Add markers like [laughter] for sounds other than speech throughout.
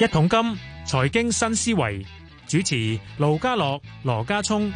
一桶金財經新思維主持盧家樂、羅家聰。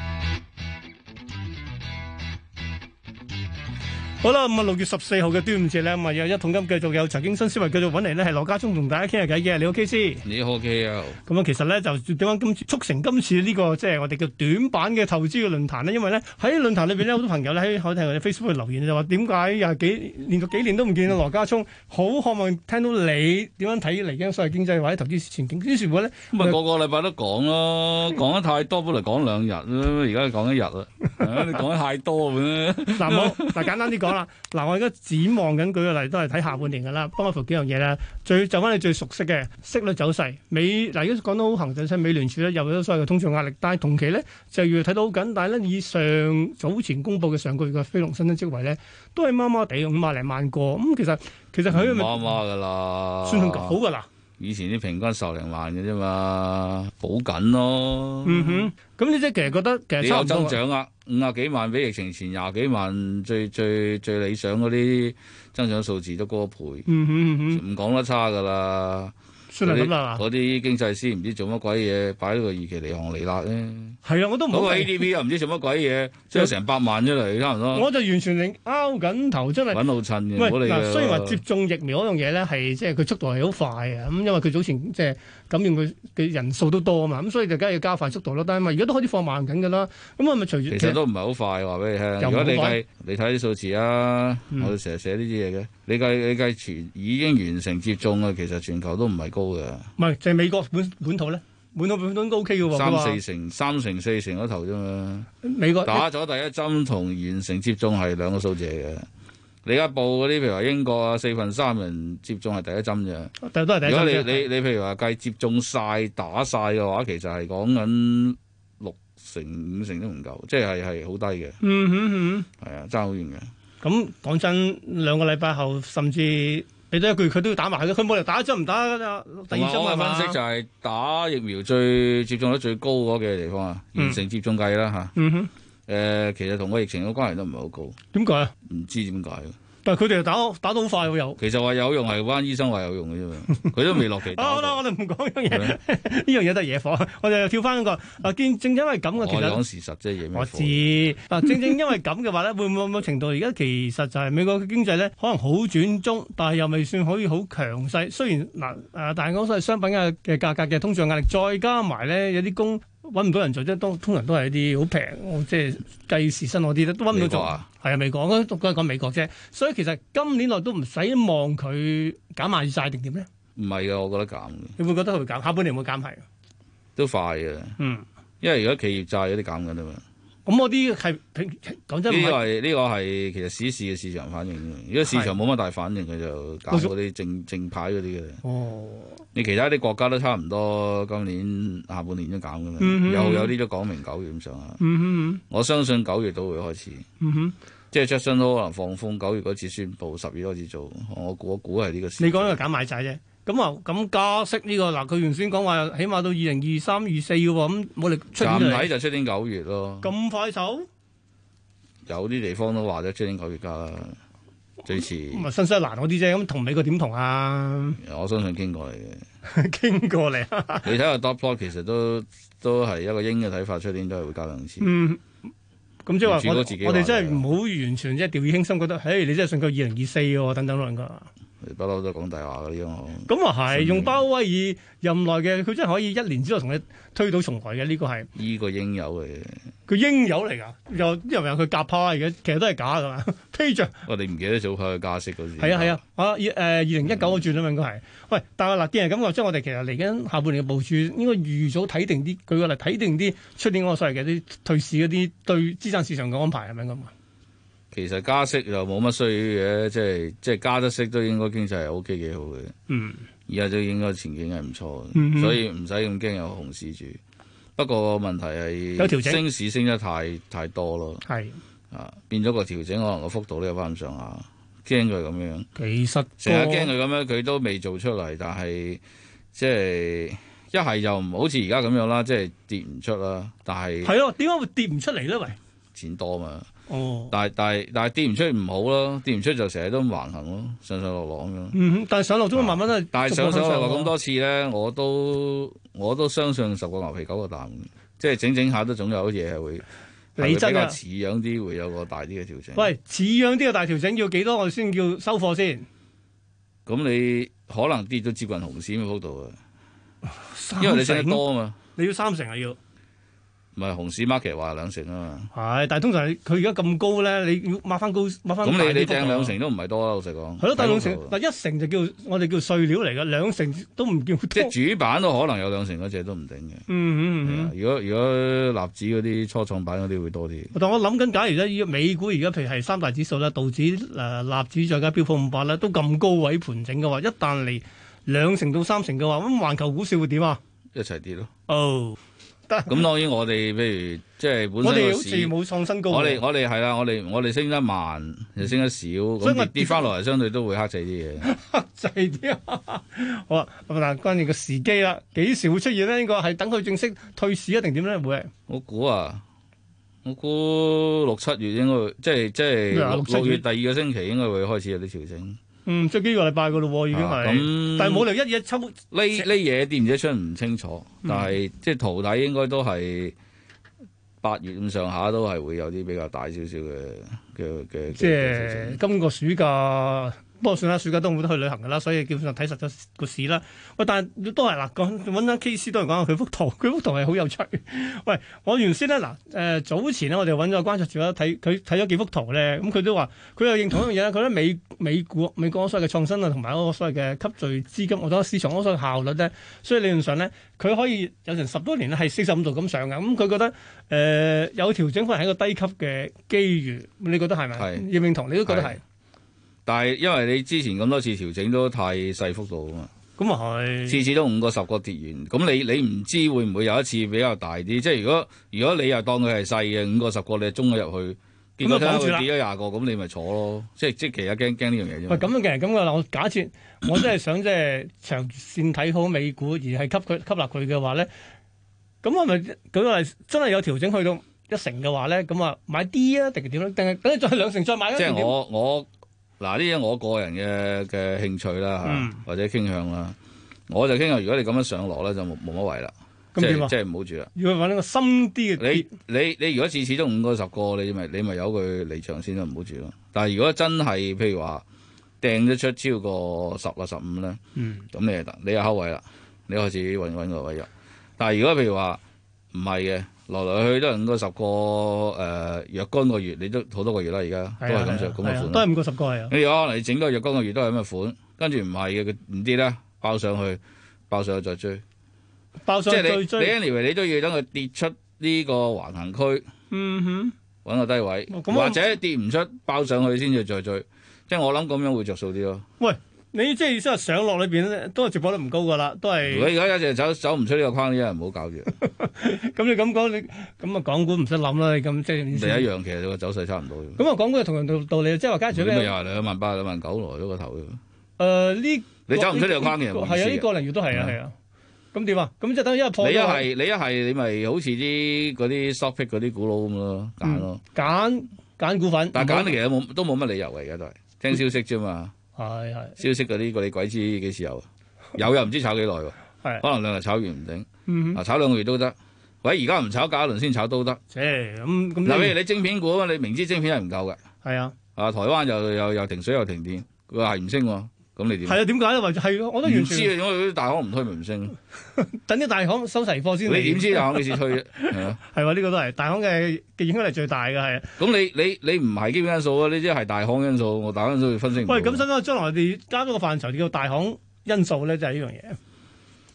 好啦，咁啊六月十四號嘅端午節咧，咁啊有一桶金繼續有財經新思維繼續揾嚟咧，係羅家聰同大家傾下偈嘅，你好 K C。你好 K L，咁啊，其實咧就點解今次促成今次呢、個即係我哋叫短板嘅投資嘅論壇咧？因為咧喺論壇裏邊咧，好多朋友咧喺我哋 Facebook 留言就話點解又係幾連續幾年都唔見到羅家聰，好渴望聽到你點樣睇嚟緊所謂經濟或者投資前景。於是乎咧，咁啊個個禮拜都 [laughs] 講咯，講得太多，本來講兩日啦，而家講一日啦，啊你講得太多咁啦，嗱我嗱簡單啲講啦，嗱我而家展望緊，舉個例都係睇下半年㗎啦，幫我扶幾樣嘢啦。最就翻你最熟悉嘅息率走勢，美嗱而家講到好行就係美聯儲咧又有所謂嘅通脹壓力，但係同期咧就要睇到好緊，但係咧以上早前公佈嘅上個月嘅非農新增職位咧都係麻麻地五萬零萬個，咁、其實其實佢係麻咪麻噶啦，算好㗎啦？以前啲平均十零萬嘅啫嘛，補緊咯。嗯哼，咁你即係其實覺得其你實差有唔多增啊。長啊，五啊幾萬比疫情前廿幾萬最最最理想嗰啲增長數字都高一倍，嗯哼嗯哼，唔講得差噶啦。算係咁啦。嗰啲經濟師唔知做乜鬼嘢，擺咗個預期離行離辣咧。係啊，我都唔嗰好個計 ADP 又唔知做乜鬼嘢，即係成百萬出嚟，差唔多我就完全零拗緊頭，真係。揾老襯嘅，喂，唔好理嗱，佢雖然話接種疫苗嗰樣嘢咧，係即係佢速度係好快嘅，咁因為佢早前即係感染佢嘅人數都多啊嘛，咁所以就梗係要加快速度咯。但係咪而家都開始放慢緊㗎啦？咁啊咪隨住其實都唔係好快，話俾你聽。又如唔好快果你計，你睇啲數字啊，嗯我哋成日寫呢啲嘢嘅。你計你計全已經完成接種啊，其實全球都唔係高嘅，唔係就係美國本本土咧，本土本土都 OK 嘅喎。佢話三四成、三成四成嗰頭啫嘛。美國打咗第一針同完成接種係兩個數字嚟嘅。你而家報嗰啲譬如話英國啊，四分三人接種係第一針啫。但係都係第一如果針你啫你你譬如話計接種晒打晒嘅話，其實係講緊六成五成都唔夠，即係係好低嘅，嗯哼嗯係啊，爭好遠嘅。哼，咁講真，兩個禮拜後甚至你都一句佢都要打埋佢，佢冇理由打一針唔打第二同埋針我啊嘅嘛。分析就係打疫苗最接種率最高嗰幾個地方啊，嗯完成接種計啦嚇。嗯哼，誒、其實同個疫情嘅關係都唔係好高，點解啊？唔知點解。但係佢哋又打打得好快喎又。其實話有用係嗰班醫生話有用嘅啫嘛， [laughs] 佢都未落地啊好啦，打過。我哋唔講呢樣係嘢，[laughs] 咪呢樣嘢都係野火。我哋又跳翻嗰個啊，正正因為咁我嘅，其實講事實啫，嘢咩我貨知啊，正正因為咁嘅話咧， [laughs] 會唔會有某程度而家其實就係美國嘅經濟咧，可能好轉中，但係又未算可以好強勢。雖然嗱啊，但係講所謂商品嘅嘅價格嘅通脹壓力，再加埋咧有啲工揾唔到人做，即係都通常都係啲好平，即係計時薪嗰啲咧，都揾唔到美國做。啊，係啊，美國，我都講講美國啫。所以其實今年內都唔使望佢減賣晒定點咧，唔係嘅，我覺得減嘅你會覺得佢會減，下半年會減係。都快嘅，嗯。因為而家企業債嗰啲減緊啊嘛。咁我啲係平講真唔呢個係係呢個係其實市市嘅市場反應啫。如果市場冇乜大反應，佢就搞嗰啲正正牌嗰啲嘅。哦，你其他啲國家都差唔多，今年下半年都減㗎啦。嗯哼有有啲都講明九月咁上下。嗯我相信九月都會開始，哼嗯哼，即係 Jackson Hole 可能放風，九月嗰次宣布，十月開始做。我估我估係呢個你時。講呢個減買債啫。咁啊，咁加息呢、個嗱，佢原先講話起碼到二零二三、二四嘅喎，咁冇力出暫年睇嚟就出年九月咯，咁快手，有啲地方都話咗出年九月加啦，最遲咁啊新西蘭嗰啲啫，咁同美國點同啊？ [laughs] 我相信經過嚟嘅。傾過嚟啊，你睇下 dot plot 其實都都係一個英嘅睇法，出年都係會加兩次。嗯。咁即係自己話我都自己我哋話真係嘅唔好完全即係掉以輕心，覺得，嘿，你真係信佢二零二四喎，等等兩個。不嬲都講大話嘅呢樣，咁啊係，信用鮑威爾任內嘅，佢真係可以一年之內同你推倒重來嘅，呢、個係。依個應有嘅。佢應有嚟㗎，又啲人話佢夾派嘅，其實都係假㗎嘛。 [laughs] 披着我哋唔記得咗佢嘅加息嗰時。係啊係啊，啊二誒二零一九我轉啦嘛應該係。喂，但係嗱，既然係咁話，即係我哋其實嚟緊下半年嘅部署，應該預早睇定啲，舉個例睇定啲出年嗰個所謂嘅啲退市嗰啲對資產市場嘅安排係咪咁啊？其實加息又冇乜需要嘅，即係即係加得息都應該經濟係 O K 幾好嘅，嗯而家都應該前景係唔錯嘅，嗯嗯所以唔使咁驚有熊市住。不過問題有調係整升市升得太太多咯，係，啊變咗個調整可能個幅度都有翻咁上下，驚佢咁樣，其實成日個驚佢咁樣，佢都未做出嚟，但係即係一係又唔好似而家咁樣啦，即係跌唔出啦，但係係咯，點解會跌唔出嚟咧？喂，錢多嘛。哦，但係但係但係跌唔出唔好咯，跌唔出就成日都橫行咯，上上落落咁樣。嗯哼，但係上落中慢慢都係，啊但係上上落落咁，多次咧，我都我都相信十個牛皮九個淡，即係整整下都總有嘢係會係會你真比較啊！似樣啲，會有個大啲嘅調整。喂，似樣啲嘅大調整要幾多我哋先叫收貨先？咁你可能跌到接近紅線嘅幅度啊，三因為你升得成多啊嘛，你要三成啊要。唔係紅市 market 話兩成啊嘛。係，但係通常你佢而家咁高咧，你要抹翻高，抹翻咁大啲你你幅度掟啊兩成都唔係多啦，老實講。係咯，但係兩成睇幅度啊嗱一成就叫我哋叫碎料嚟嘅，兩成都唔叫即多。係主板都可能有兩成嗰只都唔定嘅。嗯嗯係嗯啊。如果如果立指嗰啲初創板嗰啲會多啲。但我諗緊，假如咧依美股而家譬如係三大指數啦，道指、誒、呃、納指再加標普五百咧，都咁高位盤整嘅話，一旦嚟兩成到三成嘅話，咁環球股市會點啊？一齊跌咯。哦，咁當然我哋譬如即係本我身哋個好似市，冇創新高喎。我哋我哋係啦，我哋我哋升得慢，又升得少，所以咁我跌跌翻落嚟，相對都會黑仔啲嘅。克制啲啊！ [laughs] 好啊，咁但係關鍵個時機啦，幾時會出現呢？應該係等佢正式退市一啊定點咧？會係我估啊，我估六七月應該會即係即係咩啊六六七月六月第二個星期應該會開始有啲調整。嗯，最幾個禮拜噶咯喎，已經啊係，咁但係冇理由一嘢抽呢呢嘢跌唔跌出唔清楚，嗯但係即係圖底應該都係八月咁上下都係會有啲比較大少少嘅嘅嘅嘅即嘅調係整今個暑假，不過算啦，暑假都冇得去旅行噶啦，所以基本上睇實咗個市啦。喂，但係都係嗱，講揾翻 K C 都係講下佢幅圖， [laughs] 佢幅圖係好有趣。 [laughs] 喂，我原先咧嗱，誒、早前咧我哋揾咗關卓照啦，睇佢睇咗幾幅圖咧，咁佢都話佢又認同一樣嘢啦，佢咧美美股美國所謂嘅創新啊，同埋嗰個所謂嘅吸聚資金，我覺得市場嗰個所謂效率咧，所以理論上咧，佢可以有成十多年咧係四十五度咁上嘅，咁佢覺得。誒、有調整，可能係一個低級嘅機遇，你覺得係咪？係認唔認同？你都覺得係，但係因為你之前咁多次調整都太細幅度啊嘛，咁啊係，次次都五個十個跌完，咁你你唔知會唔會有一次比較大啲？即係如果如果你又當佢係細嘅五個十個，你中咗入去，結果咁就聽綁佢住啦跌咗廿個，咁你咪坐咯。即係即係其實驚驚呢樣嘢啫喂嘛。咁樣嘅，咁嘅啦。我假設我真係想即係長線睇好美股，而係吸佢吸納佢嘅話咧，咁係咪舉個例，真係有調整去到一成嘅話咧，咁啊買啲啊，定係點咧？定係等你再兩成再買啊？即係定點我我嗱呢啲我個人嘅嘅興趣啦嚇，嗯或者傾向啦，我就傾向如果你咁樣上落咧就冇冇乜謂啦，咁即點係啊即？係唔好住啦。要揾一個深啲嘅你跌，你你如果次次都五個十個，你咪你咪由佢離場先啦，唔好住咯。但係如果真係譬如話掟咗出超過十啊十五咧，嗯，咁你就得，你就後位啦，你開始揾揾個位入。但係如果譬如話唔係嘅，來來去去都係五個十個誒、呃若干個月，你都好多個月啦，而家都係啊係咁係啊上咁嘅款啦都。係五個十個係啊，你有可能你整個若干個月都係咁嘅款，跟住唔係嘅，佢唔跌啦，爆上去，爆上去再追。爆即上係去你再追，你 anyway 你都要等佢跌出呢個橫行區，嗯哼，揾個低位，哦咁我或者跌唔出爆上去先至再追。即係我諗咁樣會着數啲咯。你即係意思係上落裏邊咧，都係直播得唔高噶啦，都係嗯如。果而家一直走走唔出呢個框，啲人唔好搞住。咁你咁講，你咁啊，港股唔使諗啦，你咁即係第點一先樣其實個走勢差唔多嘅。咁啊啊，港股又同樣道道理，即係話加你住咪又咧，係兩萬八、兩萬九來咗個頭嘅。誒呃呢你走唔出呢個框嘅人冇係啊，意呢思嘅嗯個零月都係啊，係啊。咁點啊？咁即係等於一破你咗一係你一係你咪好似啲嗰啲 stock pick 嗰啲股佬咁咯，揀咯。嗯揀揀股份，但係揀係其實冇都冇乜理由嘅，而家都係聽消息啫嘛。係消息嗰啲個你鬼知幾時有啊，有又唔知炒幾耐喎，係，可能兩日炒完唔定，嗯哼，啊炒兩個月都得。喂，而家唔炒假一輪先炒都得。即係咁咁嗱，譬呢。如你晶片股啊，你明知晶片係唔夠嘅，係啊，啊台灣又又又停水又停電，佢話係唔升喎，咁你點？係啊，點解咧？或者係我都唔完知全啊，因為啲大行唔推咪唔升咯。等啲大行收齊貨你先嚟。點知啊大行幾時推啫？係啊，係喎，呢個都係大行嘅嘅影響力最大嘅係啊。咁你你你唔係基本因素啊，呢啲係大行因素，我大行因素要分析唔到。喂，咁使唔使將來我哋加咗個範疇叫大行因素咧？就係呢樣嘢。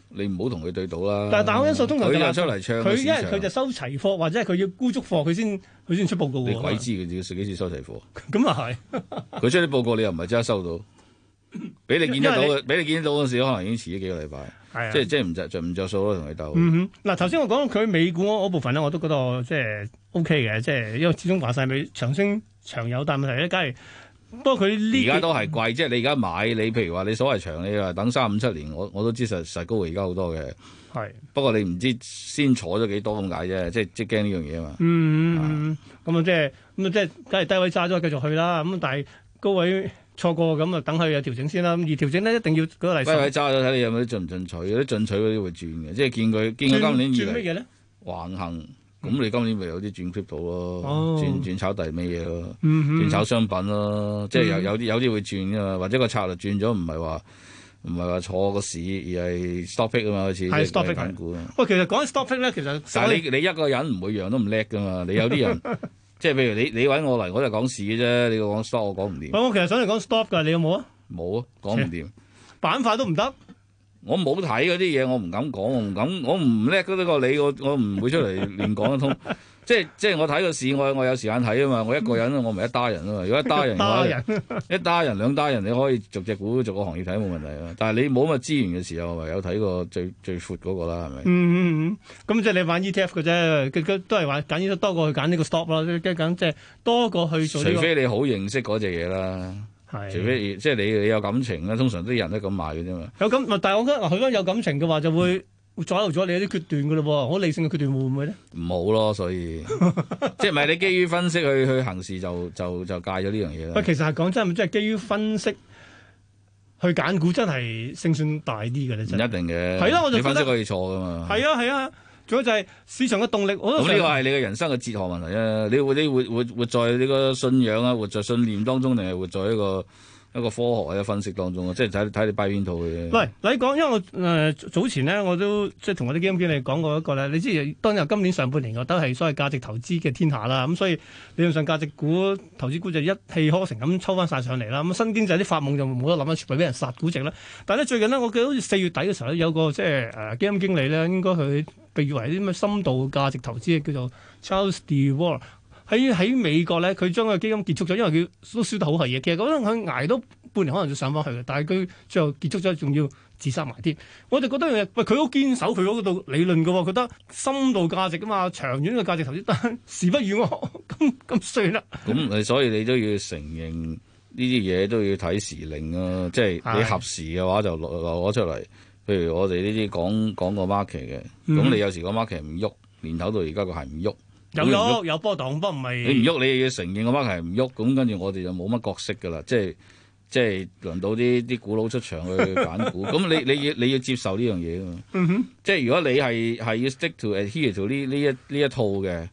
你唔好同佢對賭啦。但係大行因素通常佢就又話出嚟唱佢個市因為佢場就收齊貨，或者係佢要沽足貨，佢先佢先出報告你嘅鬼喎。知佢要食幾時收齊貨？咁啊係，佢出啲報告，你又唔係即刻收到，俾你見得到因為嘅，俾你見得到嗰時，可能已經遲咗幾個禮拜，係啊即係即係唔着着唔着數咯，同佢鬥。嗯哼，嗱頭先我講佢美股嗰部分咧，我都覺得我即係 O K 嘅，即係因為始終話晒美長升長有，但問題咧，假如不過佢呢而家都係貴，即係你而家買你譬如話你所謂長，你話等三五七年，我我都知實實高而家好多嘅。係不過你唔知先坐咗幾多咁解啫，即係即係驚呢樣嘢啊嘛。嗯嗯嗯咁啊，即係咁啊，即係梗係低位揸咗，繼續去啦。咁但係高位錯過咁啊，等佢有調整先啦。咁而調整咧，一定要舉個例低位揸咗睇你有冇啲進唔進取，有啲進取嗰啲會轉嘅，即係見佢見佢今年以轉乜嚟嘢咧？橫行，咁你今年咪有啲轉 crypto 咯，哦轉轉炒第二咩嘢咯，嗯轉嗯炒商品咯，即係有嗯有啲有啲會轉噶嘛，或者個策略轉咗，唔係話唔係話坐個市，而係 stop pick 啊嘛，好似係即 stock pick，揀股啊嘛。喂，其實講緊 stop pick 咧，其實但係你你一個人唔會樣都唔叻噶 [laughs] 嘛，你有啲人即係譬如你你揾我嚟，我就講市嘅啫，你講 stop 我講唔掂，喂我其實想嚟講 stop 㗎，你有冇啊？冇啊，講唔掂。板塊都唔得，我冇睇嗰啲嘢，我唔敢講，我唔敢，我唔叻嗰啲個你，我我唔會出嚟亂講得通。 [laughs] 即係即係我睇個市，我我有時間睇啊嘛，我一個人我唔係一打人啊嘛。如果一打人嘅打話，人一打人兩打人，你可以逐隻股逐個行業睇冇問題啊。但係你冇乜資源嘅時候，唯有睇個最最闊嗰個啦，係咪？嗯嗯嗯，咁即係你玩 ETF 嘅啫，佢佢都係玩揀呢多過去揀呢個 stop 啦，即係揀即係多過去做呢、除個非你好認識嗰隻嘢啦，係除非即係你你有感情啦，通常啲人都咁買嘅啫嘛。有感，但係我覺得嗱，佢都有感情嘅話，就會左右咗你啲決斷嘅咯喎，好理性嘅決斷會唔會咧？唔好咯，[laughs] 所以即係唔係你基於分析去去行事就就就戒咗呢樣嘢喂，啦。其實係講真，即係基於分析去揀股，真係勝算大啲嘅咧，唔真一係。定嘅，係啦我就你分覺析得可以錯噶嘛。係啊係啊，仲有就係市場嘅動力，我都咁呢個成係你嘅人生嘅哲學問題啫。你會你活活活在你個信仰啊，活在信念當中，定係活在一個一個科學嘅分析當中啊？即係睇睇你拜邊套嘅啫。喂，你講，因為我誒、呃早前咧，我都即係同我啲基金經理講過一個咧，你知當然今年上半年我都係所謂價值投資嘅天下啦，咁所以理論上價值股、投資股就一氣呵成咁抽翻晒上嚟啦。咁新經濟啲發夢就冇得諗啦，全部俾人殺估值啦。但係咧最近呢，我記得好似四月底嘅時候咧，有個即係誒基金經理咧，應該佢被譽為啲咩深度價值投資嘅叫做 Charles d e w a r 喺喺美國咧，佢將個基金結束咗，因為佢都輸得好係嘢。其實嗰陣佢捱到半年，可能就上翻去嘅，但係佢最後結束咗，仲要自殺埋添。我就覺得喂，佢好堅守佢嗰度理論嘅喎，覺得深度價值啊嘛，長遠嘅價值投資，但係時不與我， [laughs] 咁咁衰啦。咁你所以你都要承認呢啲嘢都要睇時令啊。即係你係合時嘅話就攞攞出嚟。譬如我哋呢啲講講個 market 嘅，咁、嗯你有時個 market 唔喐，年頭到而家個係唔喐。有咁你唔咗有波動，不過唔你唔係喐，你要承認個 market 係唔喐，咁跟住我哋就冇乜角色噶啦，即係即係輪到啲啲股佬出場去揀股，咁你你要你要接受呢樣嘢噶嘛？嗯即係如果你係係要 stick to adhere to 呢呢一呢一套嘅，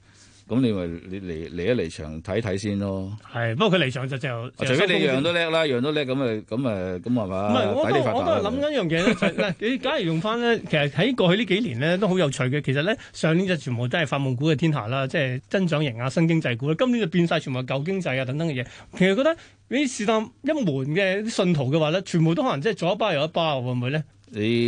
咁你咪你嚟嚟一嚟場睇睇先咯。係，不過佢離場就就啊除就非你收工樣都叻啦，樣都叻咁咪咁咪咁係唔係，嘛？我呃抵都你發我都達係諗啦。緊一樣嘢咧，就 [laughs] 係嗱，你假如用翻咧，其實喺過去呢幾年咧都好有趣嘅。其實咧上年就全部都係發夢股嘅天下啦，即係增長型啊、新經濟股啦。今年就變晒全部係舊經濟啊等等嘅嘢。其實覺得你是但一門嘅啲信徒嘅話咧，全部都可能即係左一巴右一巴喎，會唔會咧？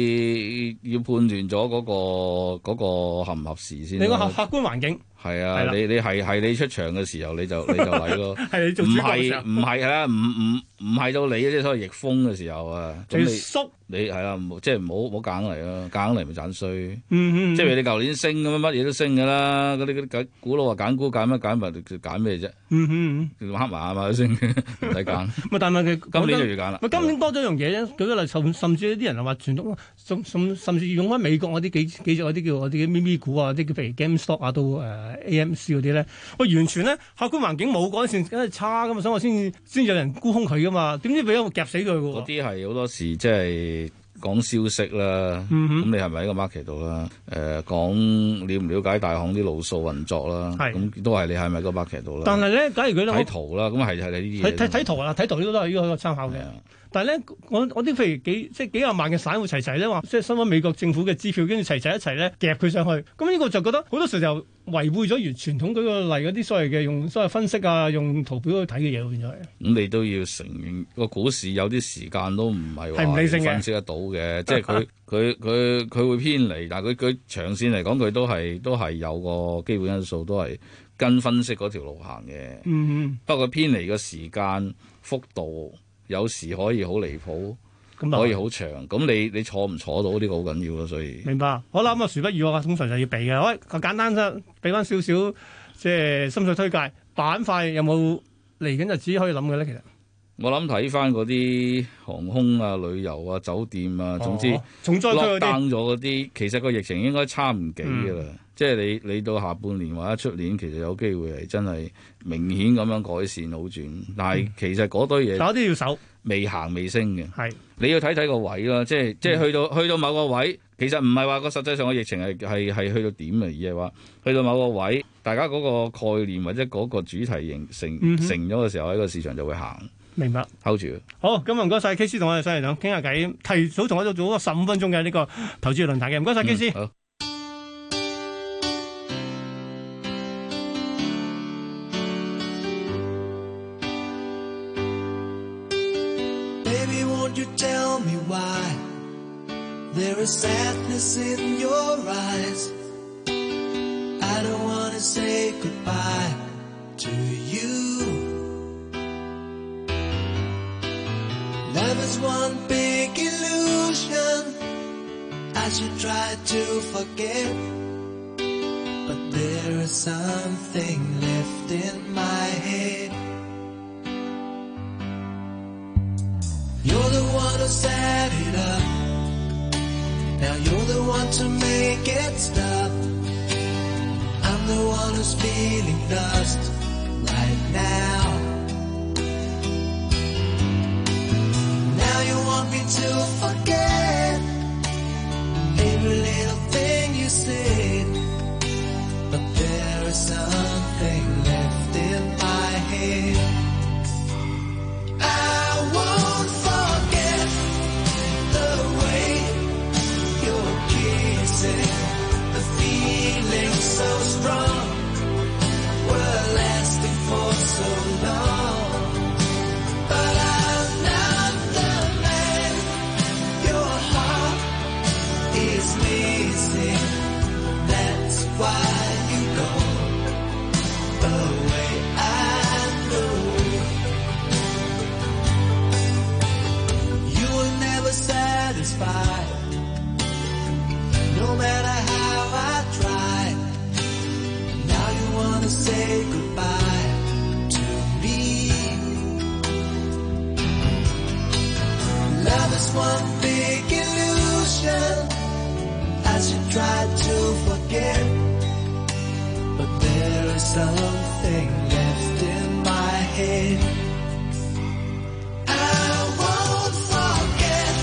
你要判斷咗嗰個嗰個合唔合時先你咯。個客客觀環境係係啊，啦你你係係你出場嘅時候你就你就嚟咯。係你 [laughs] 做唔主角嘅時係候，唔係啊啦，唔唔唔係到你即係所謂逆風嘅時候啊，就要咁縮，你你係啦，唔好即係唔好唔好夾硬嚟啦，夾硬嚟咪盞衰。嗯嗯，即係譬如你舊年升咁樣，乜嘢都升㗎啦，嗰啲嗰啲股佬話揀股揀乜揀物，佢揀咩啫？嗯嗯嗯，黑馬啊嘛都升，唔 [laughs] [laughs] 使揀。咪但係佢今年就要揀啦。咪今年多咗樣嘢咧，舉個例，甚甚至有啲人話傳統，甚甚甚至用翻美國嗰啲幾幾隻嗰啲叫我啲咪咪股啊，啲叫譬如 GameStop 啊，到誒、呃 AMC 嗰啲咧，我完全咧客觀環境冇改善，梗係差噶嘛，所以我先先有人沽空佢噶嘛，點知俾我夾死佢嗰嘅喎。啲係好多時即係講消息啦。嗯咁哼，你係咪喺個 market 度啦？誒、講了唔了解大行啲路數運作啦，係咁都係你係咪喺個 market 度啦但？係咧，假如佢咧，睇我圖啦，咁係係你呢啲睇嘢睇睇圖啊，睇圖呢個都係呢個參考嘅係。啊。但係咧，我我啲譬如幾即係幾廿萬嘅散戶齊齊咧話，即係收翻美國政府嘅支票，跟住齊齊一齊咧夾佢上去。咁呢個就覺得好多時候就違背咗原傳統嗰個例嗰啲所謂嘅用所謂分析啊，用圖表去睇嘅嘢變咗係。咁你都要承認個股市有啲時間都唔係係唔話理性嘅分析得到 [laughs] 嘅，即係佢佢佢佢會偏離，但係佢佢長線嚟講，佢都係都係有個基本因素，都係跟分析嗰條路行嘅。嗯，不過偏離嘅時間幅度，有時可以好離譜，咁啊可以好長。咁你你坐唔坐到呢個好緊要咯，所以。明白。好啦，咁啊，殊不如我通常就要避嘅。喂，我簡單啫，俾翻少少啊即係深水推介板塊有冇嚟緊日子可以諗嘅咧？其實我諗睇翻嗰啲航空啊、旅遊啊、酒店啊，總之哦重災區嗰啲 lock 嗯 down 咗嗰啲，其實個疫情應該差唔幾噶啦。即係你你到下半年或者出年，其實有機會係真係明顯咁樣改善好轉。但嗯係其實嗰堆嘢打啲要手，未行未升嘅，係你要睇睇個位啦。即係嗯即係去到去到某個位，其實唔係話個實際上個疫情係係係去到點啊，而係話去到某個位，大家嗰個概念或者嗰個主題形嗯成哼成咗嘅時候，喺個市場就會行明白。 hold 住。好，今日唔該晒 K 師同我哋上嚟同傾下偈，提早同我哋做咗十五分鐘嘅呢個投資論壇嘅，唔該晒 K 師。嗯好 Baby, won't you tell me why there is sadness in your eyes? I don't want to say goodbye to you. Love is one big illusion. I should try to forget, but there is something left in my head. You're the one who set it up. Now you're the one to make it stop. I'm the one who's feeling lost right now. Now you want me to forget every little thing you said. But there is something left in my head. I won't forget the way you're kissing. The feeling so strong were lasting for so long. But I'm not the man your heart is missing. That's why you go away. I know. You were never satisfied. No matter how I tried. Now you wanna say goodbye to me. Love is one big illusion. I should try to forget. But there is something left in my head. I won't forget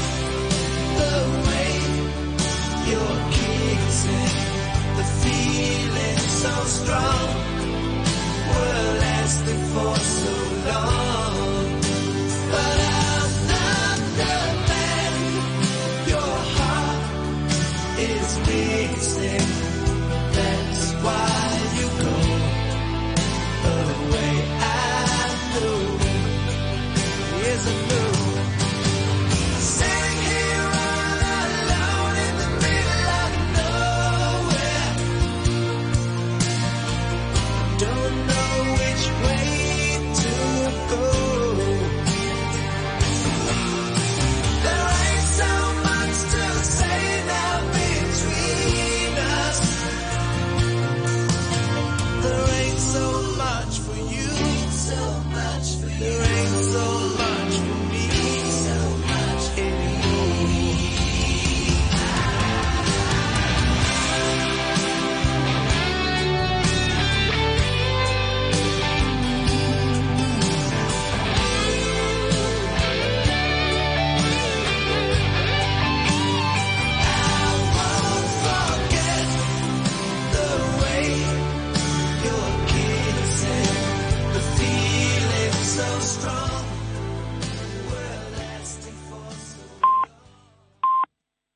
the way you're kissing. The feeling so strong were lasting for so long. But I'm not the man your heart is missing. That's